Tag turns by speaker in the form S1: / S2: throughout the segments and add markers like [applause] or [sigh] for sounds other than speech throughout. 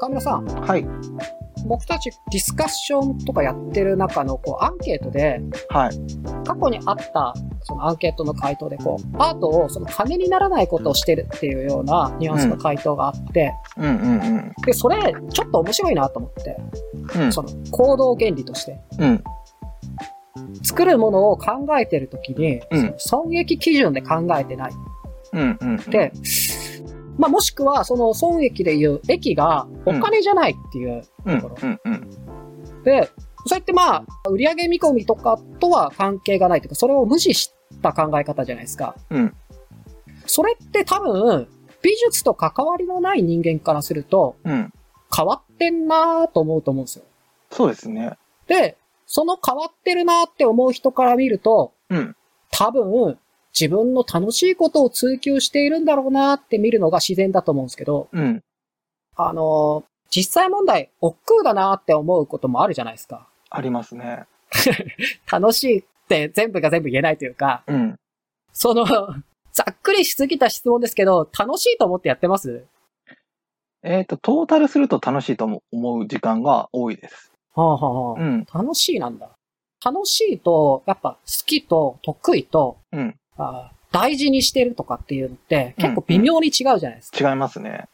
S1: 川村さん、
S2: はい。
S1: 僕たちディスカッションとかやってる中のこうアンケートで、
S2: はい。
S1: 過去にあったそのアンケートの回答でこう、アートをその金にならないことをしてるっていうようなニュアンスの回答があって、
S2: うんうんうん。
S1: で、それちょっと面白いなと思って、
S2: うん。
S1: その行動原理として。
S2: うん。
S1: 作るものを考えてるときに、
S2: うん
S1: 損益基準で考えてないっ
S2: うんうん。
S1: て、まあ、もしくはその損益でいう益がお金じゃないっていう
S2: うん
S1: ところ。
S2: うんうん。
S1: で、それってまあ、売上見込みとかとは関係がないというか、それを無視した考え方じゃないですか。
S2: うん
S1: それって多分、美術と関わりのない人間からすると、
S2: うん。
S1: 変わってんなーと思うと思うんですよ。
S2: そうですね。
S1: で、その変わってるなーって思う人から見ると、
S2: うん。
S1: 多分、自分の楽しいことを追求しているんだろうなーって見るのが自然だと思うんですけど、
S2: うん。
S1: あのー実際問題、億劫だなーって思うこともあるじゃないですか。
S2: ありますね。
S1: 楽しいって全部が全部言えないというか、
S2: うん。
S1: その、ざっくりしすぎた質問ですけど、楽しいと思ってやってます
S2: えっと、トータルすると楽しいとも思う時間が多いです。
S1: はあはあは
S2: うん。
S1: あ、楽しいなんだ。楽しいと、やっぱ好きと得意と、
S2: うん。
S1: あー大事にしてるとかっていうのって結構
S2: うん
S1: 微妙に違うじゃないですか。
S2: 違いますね。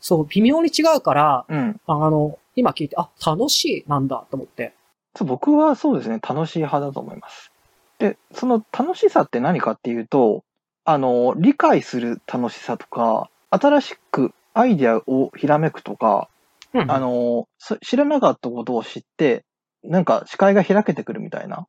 S1: そう、微妙に違うから、
S2: うん。
S1: あの、今聞いて、あ、楽しいなんだと思って。
S2: そう僕はそうですね、楽しい派だと思います。で、その楽しさって何かっていうと、あの、理解する楽しさとか、新しくアイデアをひらめくとか、
S1: うん
S2: あ、の、そ知らなかったことを知って、なんか視界が開けてくるみたいな、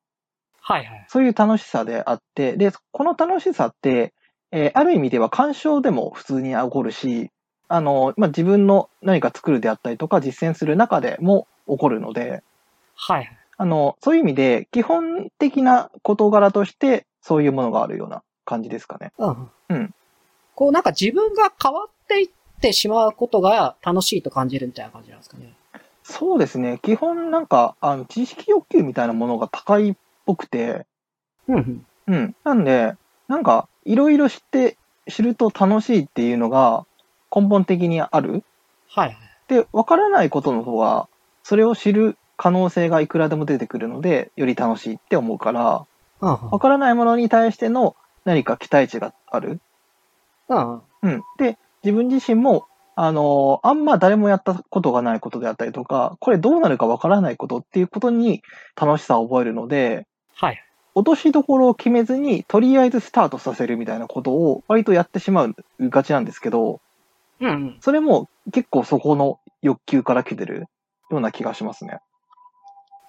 S1: はいはい。
S2: そういう楽しさであって、で、この楽しさって、えーある意味では鑑賞でも普通に起こるし、あの、まあ、自分の何か作るであったりとか実践する中でも起こるので、
S1: はいはい。
S2: あの、そういう意味で基本的な事柄としてそういうものがあるような感じですかね。
S1: うん。
S2: うん。
S1: こうなんか自分が変わっていってしまうことが楽しいと感じるみたいな感じなんですかね。
S2: そうですね。基本なんか、あの、知識欲求みたいなものが高いっぽくて、
S1: うんうん。
S2: うん。なんで、なんか、いろいろ知って、知ると楽しいっていうのが根本的にある。
S1: はいはい。
S2: で、わからないことの方が、それを知る可能性がいくらでも出てくるので、より楽しいって思うから、
S1: うん
S2: わからないものに対しての何か期待値がある。
S1: うん。うん。
S2: うん。で、自分自身も、あのーあんま誰もやったことがないことであったりとか、これどうなるかわからないことっていうことに楽しさを覚えるので、
S1: はい。
S2: 落としどころを決めずに、とりあえずスタートさせるみたいなことを割とやってしまうがちなんですけど、
S1: うんうん。
S2: それも結構そこの欲求から来てるような気がしますね。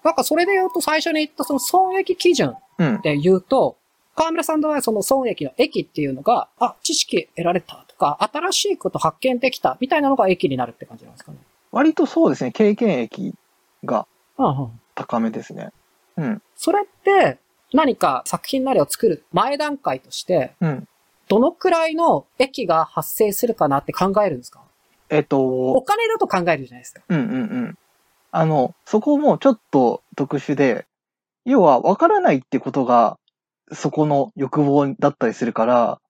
S1: なんかそれで言うと最初に言ったその損益基準
S2: うん
S1: っ。て言うと、河村さんの場合はその損益の益っていうのが、あ、知識得られたとか、新しいこと発見できたみたいなのが益になるって感じなんですかね。
S2: 割とそうですね、経験益が
S1: うんうん。
S2: 高めですね。うん。
S1: それって何か作品なりを作る前段階として、
S2: うん。
S1: どのくらいの益が発生するかなって考えるんですか
S2: えっ
S1: お
S2: と、
S1: 金だと考えるじゃないですか。
S2: うんうんうん。あの、そこもちょっと特殊で、要は分からないってことが、そこの欲望だったりするから、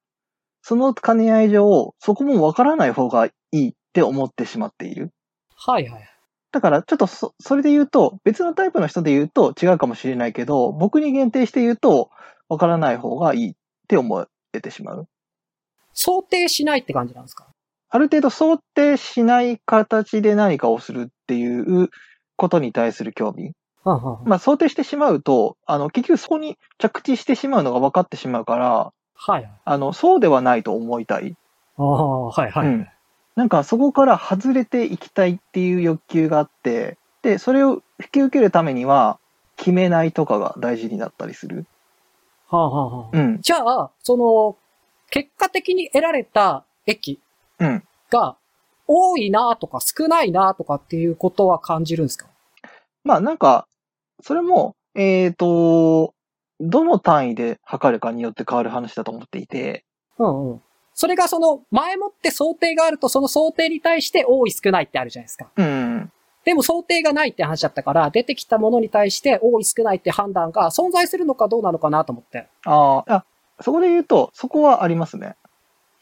S2: その兼ね合い上、そこも分からない方がいいって思ってしまっている。
S1: はいはい。
S2: だから、ちょっとそ、それで言うと、別のタイプの人で言うと違うかもしれないけど、僕に限定して言うと、分からない方がいいって思えてしまう。
S1: 想定しないって感じなんですか
S2: ある程度想定しない形で何かをするっていうことに対する興味。
S1: うんうんうん。
S2: まあ、想定してしまうと、あの、結局そこに着地してしまうのが分かってしまうから、
S1: はいはい。
S2: あの、そうではないと思いたい。
S1: ああ、はいはい。
S2: うんなんかそこから外れていきたいっていう欲求があって、で、それを引き受けるためには、決めないとかが大事になったりする。
S1: はあはあはあ。
S2: うん。
S1: じゃあ、その、結果的に得られた益
S2: うん。
S1: が多いなとか少ないなとかっていうことは感じるんですか
S2: まあなんか、それも、えっ、と、どの単位で測るかによって変わる話だと思っていて、
S1: うんうん。それがその、前もって想定があると、その想定に対して多い少ないってあるじゃないですか。
S2: うん。
S1: でも想定がないって話だったから、出てきたものに対して多い少ないって判断が存在するのかどうなのかなと思って。
S2: ああ、いやそこで言うと、そこはありますね。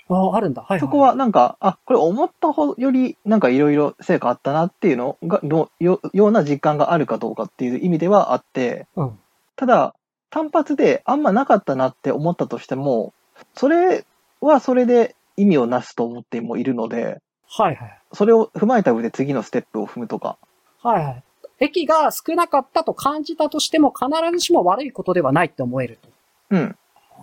S1: ああ、あるんだ。はい、はい。
S2: そこは、なんか、あ、これ思ったほより、なんかいろいろ成果あったなっていうのが、のよような実感があるかどうかっていう意味ではあって、
S1: うん。
S2: ただ、単発であんまなかったなって思ったとしても、それはそれで意味をなすと思ってもいるので、
S1: はいはい。
S2: それを踏まえた上で次のステップを踏むとか。
S1: はいはい。駅が少なかったと感じたとしても、必ずしも悪いことではないって思えると。
S2: うん。
S1: あ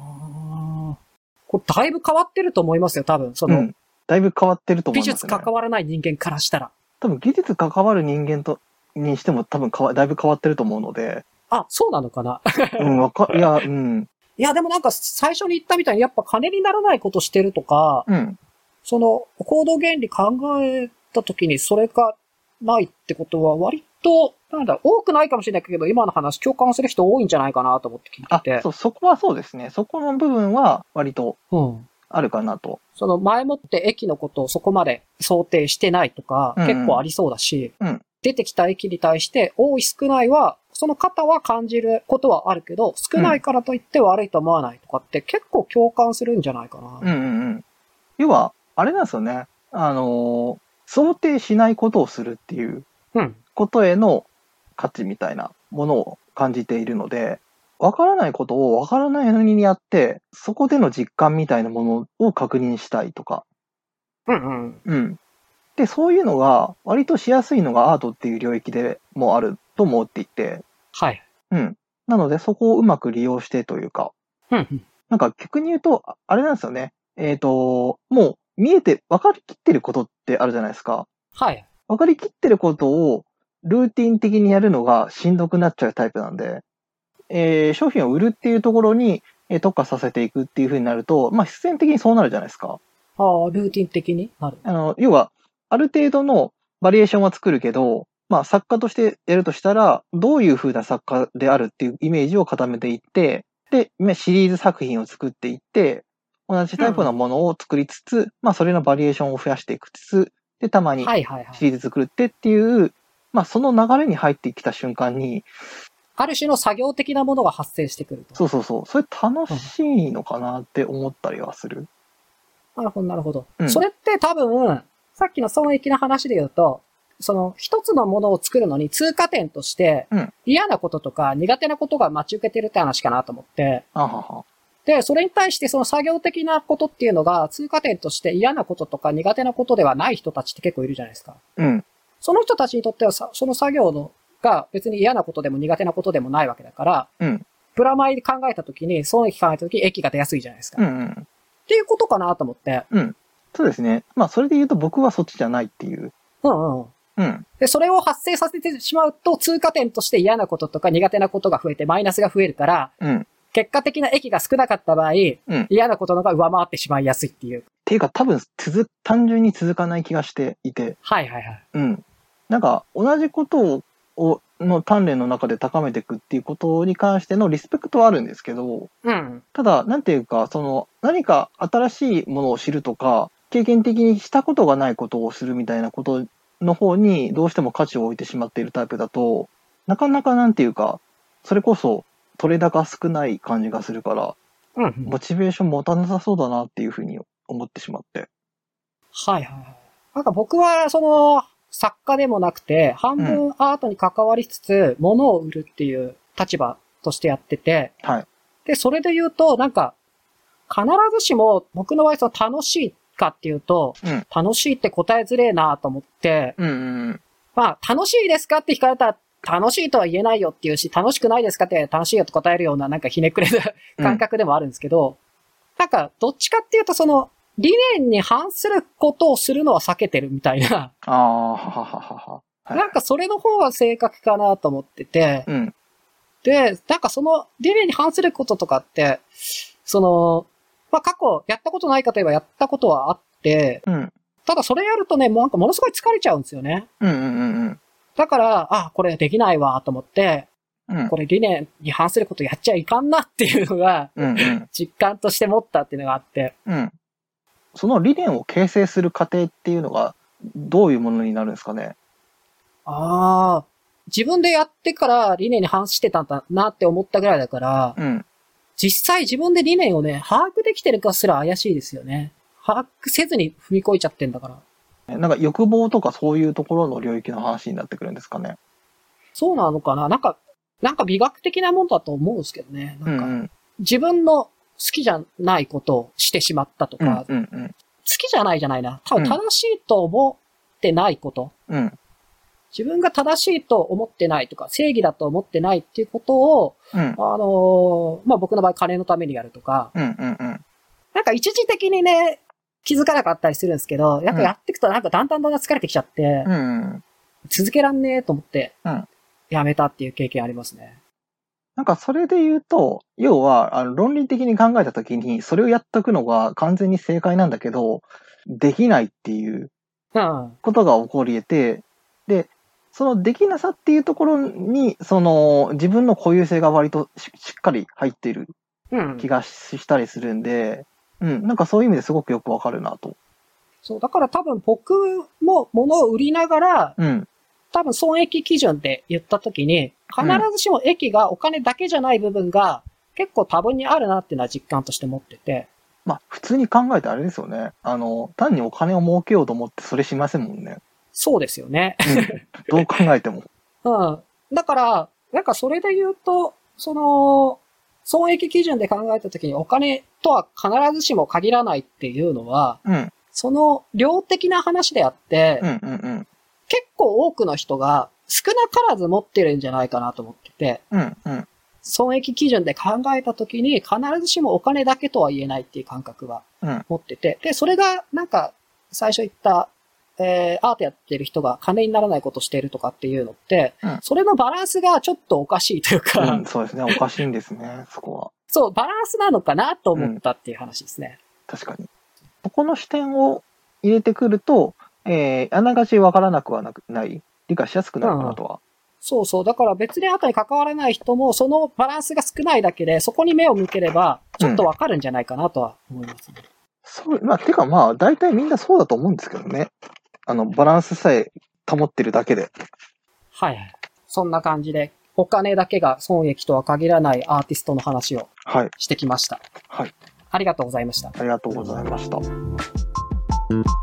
S1: あ。これだいぶ変わってると思いますよ、多分。そうの、
S2: ん。だいぶ変わってると思い
S1: 美
S2: ます、ね。
S1: 術関わらない人間からしたら。
S2: 多分技術関わる人間と、にしても多分変わ、だいぶ変わってると思うので、
S1: あ、そうなのかな [laughs]
S2: うん、わか、いや、うん、
S1: いや、でもなんか最初に言ったみたいに、やっぱ金にならないことしてるとか、
S2: うん、
S1: その、行動原理考えた時にそれがないってことは、割と、なんだ、多くないかもしれないけど、今の話共感する人多いんじゃないかなと思って聞い
S2: あ
S1: て、て
S2: そ。う、そこはそうですね。そこの部分は割と
S1: うん。
S2: あるかなと。
S1: その前もって駅のことをそこまで想定してないとか、
S2: うんうん
S1: 結構ありそうだし、
S2: うん
S1: 出てきた駅に対して多い少ないは、その方は感じることはあるけど、少ないからといって悪いと思わないとかって結構共感するんじゃないかな。
S2: うんうんうん。要は、あれなんですよね。あのー想定しないことをするっていう
S1: うん。
S2: ことへの価値みたいなものを感じているので、わからないことをわからないのにやって、そこでの実感みたいなものを確認したいとか、
S1: うんうん。
S2: うん。で、そういうのが割としやすいのがアートっていう領域でもあると思っていて、
S1: はい。
S2: うん。なのでそこをうまく利用してというか、
S1: うんうん。
S2: なんか逆に言うと、ああれなんですよね。えっ、と、もう見えて、分かりきってることってあるじゃないですか。
S1: はい。
S2: 分かりきってることをルーティン的にやるのがしんどくなっちゃうタイプなんで、えー商品を売るっていうところにえー特化させていくっていう風になると、まあ必然的にそうなるじゃないですか。
S1: ああ、ルーティン的になる。
S2: あの、要は、ある程度のバリエーションは作るけど、まあ、作家としてやるとしたら、どういう風な作家であるっていうイメージを固めていって、で、まあシリーズ作品を作っていって、同じタイプのものを作りつつ、まあ、それのバリエーションを増やしていくつつ、で、たまに
S1: はいはいは
S2: シ
S1: い。
S2: リーズ作ってっていう、まあ、その流れに入ってきた瞬間に、
S1: ある種の作業的なものが発生してくると。
S2: そうそうそう、それ楽しいのかなって思ったりはする。
S1: なるほど、なるほど。
S2: うん
S1: それって多分、さっきの損益の話で言うと、その一つのものを作るのに通過点として
S2: うん、
S1: 嫌なこととか苦手なことが待ち受けてるって話かなと思って、
S2: あはは。
S1: で、それに対してその作業的なことっていうのが通過点として嫌なこととか苦手なことではない人たちって結構いるじゃないですか。
S2: うん。
S1: その人たちにとってはさ、その作業のが別に嫌なことでも苦手なことでもないわけだから、
S2: うん
S1: プラマイで考えたときに、損益考えたとき、益が出やすいじゃないですか。
S2: うん
S1: っ
S2: うん。
S1: ていうことかなと思って。
S2: そうですね。まあ、それで言うと僕はそっちじゃないっていう。
S1: うんうん。
S2: うん。
S1: で、それを発生させてしまうと、通過点として嫌なこととか苦手なことが増えて、マイナスが増えるから、
S2: うん。
S1: 結果的な益が少なかった場合、
S2: ん
S1: 嫌なことの方が上回ってしまいやすいっていう。
S2: ていうか、多分、続、単純に続かない気がしていて。
S1: はいはいはい。
S2: うん。なんか、同じことを、をの鍛錬の中で高めていくっていうことに関してのリスペクトはあるんですけど、
S1: うん。
S2: ただ、なんていうか、その、何か新しいものを知るとか、経験的にしたことがないことをするみたいなことの方に、どうしても価値を置いてしまっているタイプだと、なかなかなんていうか、それこそ、取れ高少ない感じがするから、
S1: うんうん。はい
S2: モチベーション持たなさそうだなっていうふうに思ってしまって。
S1: はいはい。なんか僕は、その、作家でもなくて、半分アートに関わりつつ、物を売るっていう立場としてやってて、
S2: はい。
S1: で、それで言うと、なんか、必ずしも、僕の場合、その楽しいかっていうと、
S2: うん
S1: 楽しいって答えづれえなと思って、
S2: うんうん
S1: まあ、楽しいですかって聞かれたら、楽しいとは言えないよっていうし、楽しくないですかって楽しいよと答えるような、なんかひねくれた
S2: うん。
S1: 感覚でもあるんですけど、なんか、どっちかっていうと、その、理念に反することをするのは避けてるみたいな、
S2: ああ、ははははは。はい
S1: なんかそれの方が正確かなと思ってて、
S2: うん。
S1: で、なんかその理念に反することとかって、その、まあ、過去やったことないかといえばやったことはあって、
S2: うん。
S1: ただそれやるとね、もうなんかものすごい疲れちゃうんですよね。
S2: うんうんうん
S1: だから、あ、これできないわと思って、
S2: うん。うん
S1: これ理念に反することやっちゃいかんなっていうのが、
S2: うんうん
S1: 実感として持ったっていうのがあって。
S2: うん。その理念を形成する過程っていうのが、どういうものになるんですかね。
S1: ああ、自分でやってから理念に反してたんだなって思ったぐらいだから、
S2: うん。
S1: 実際自分で理念をね、把握できてるかすら怪しいですよね。把握せずに踏み越えちゃってんだから。
S2: なんか欲望とかそういうところの領域の話になってくるんですかね。
S1: そうなのかななんか、なんか美学的なもんだと思うんですけどね。
S2: う
S1: なん
S2: ん
S1: か、
S2: うん。
S1: 自分の好きじゃないことをしてしまったと
S2: うんう
S1: か、好
S2: ん
S1: きじゃないじゃないな。多分正しいと思ってないこと。
S2: うん。うん
S1: 自分が正しいと思ってないとか、正義だと思ってないっていうことを、
S2: うん
S1: あのーまあ、僕の場合金のためにやるとか、
S2: うんうんうん。
S1: なんか一時的にね、気づかなかったりするんですけど、やっぱやっていくとなんかだんだんだんだん疲れてきちゃって、
S2: うんうん。
S1: 続けらんねえと思って
S2: うん、
S1: やめたっていう経験ありますね。
S2: なんかそれで言うと、要は、あの論理的に考えたときに、それをやっとくのが完全に正解なんだけど、できないっていう
S1: うん。
S2: ことが起こり得て、で、そのできなさっていうところに、その自分の固有性が割とししっかり入っている
S1: うん
S2: 気。がししたりするんで、うん、なんかそういう意味ですごくよくわかるなと。
S1: そう、だから多分僕も物を売りながら、
S2: うん、
S1: 多分損益基準って言った時に、必ずしも益がお金だけじゃない部分が結構多分にあるなっていうのは実感として持ってて、
S2: まあ普通に考えてあれですよね。あの、単にお金を儲けようと思ってそれしませんも [laughs] んね。
S1: そうですよね。 [laughs]
S2: うん、どう考えても。
S1: うん。だから、なんかそれで言うと、その、損益基準で考えたときにお金とは必ずしも限らないっていうのは、
S2: うん、
S1: その量的な話であって、
S2: うん、うん、うん、
S1: 結構多くの人が少なからず持ってるんじゃないかなと思ってて、
S2: うん、うん。
S1: 損益基準で考えたときに必ずしもお金だけとは言えないっていう感覚は
S2: うん
S1: 持ってて、で、それがなんか最初言った、えー、アートやってる人が金にならないことしてるとかっていうのって、
S2: うん
S1: それのバランスがちょっとおかしいというか、
S2: うん、そうですね。おかしいんですね、そこは。
S1: そう、バランスなのかなと思ったっていう話ですね。
S2: 確かに。そこの視点を入れてくると、えー、あながちわからなくはなくない。理解しやすくなるかなとは。
S1: そうそう。だから別に後に関わらない人も、そのバランスが少ないだけで、そこに目を向ければ、ちょっとわかるんじゃないかなとは思いますね。
S2: そう、まあ、てかまあ、大体みんなそうだと思うんですけどね。あの、バランスさえ保ってるだけで。
S1: はいはい。そんな感じで、お金だけが損益とは限らないアーティストの話を
S2: はい。
S1: してきました。
S2: はい。
S1: ありがとうございました。
S2: ありがとうございました。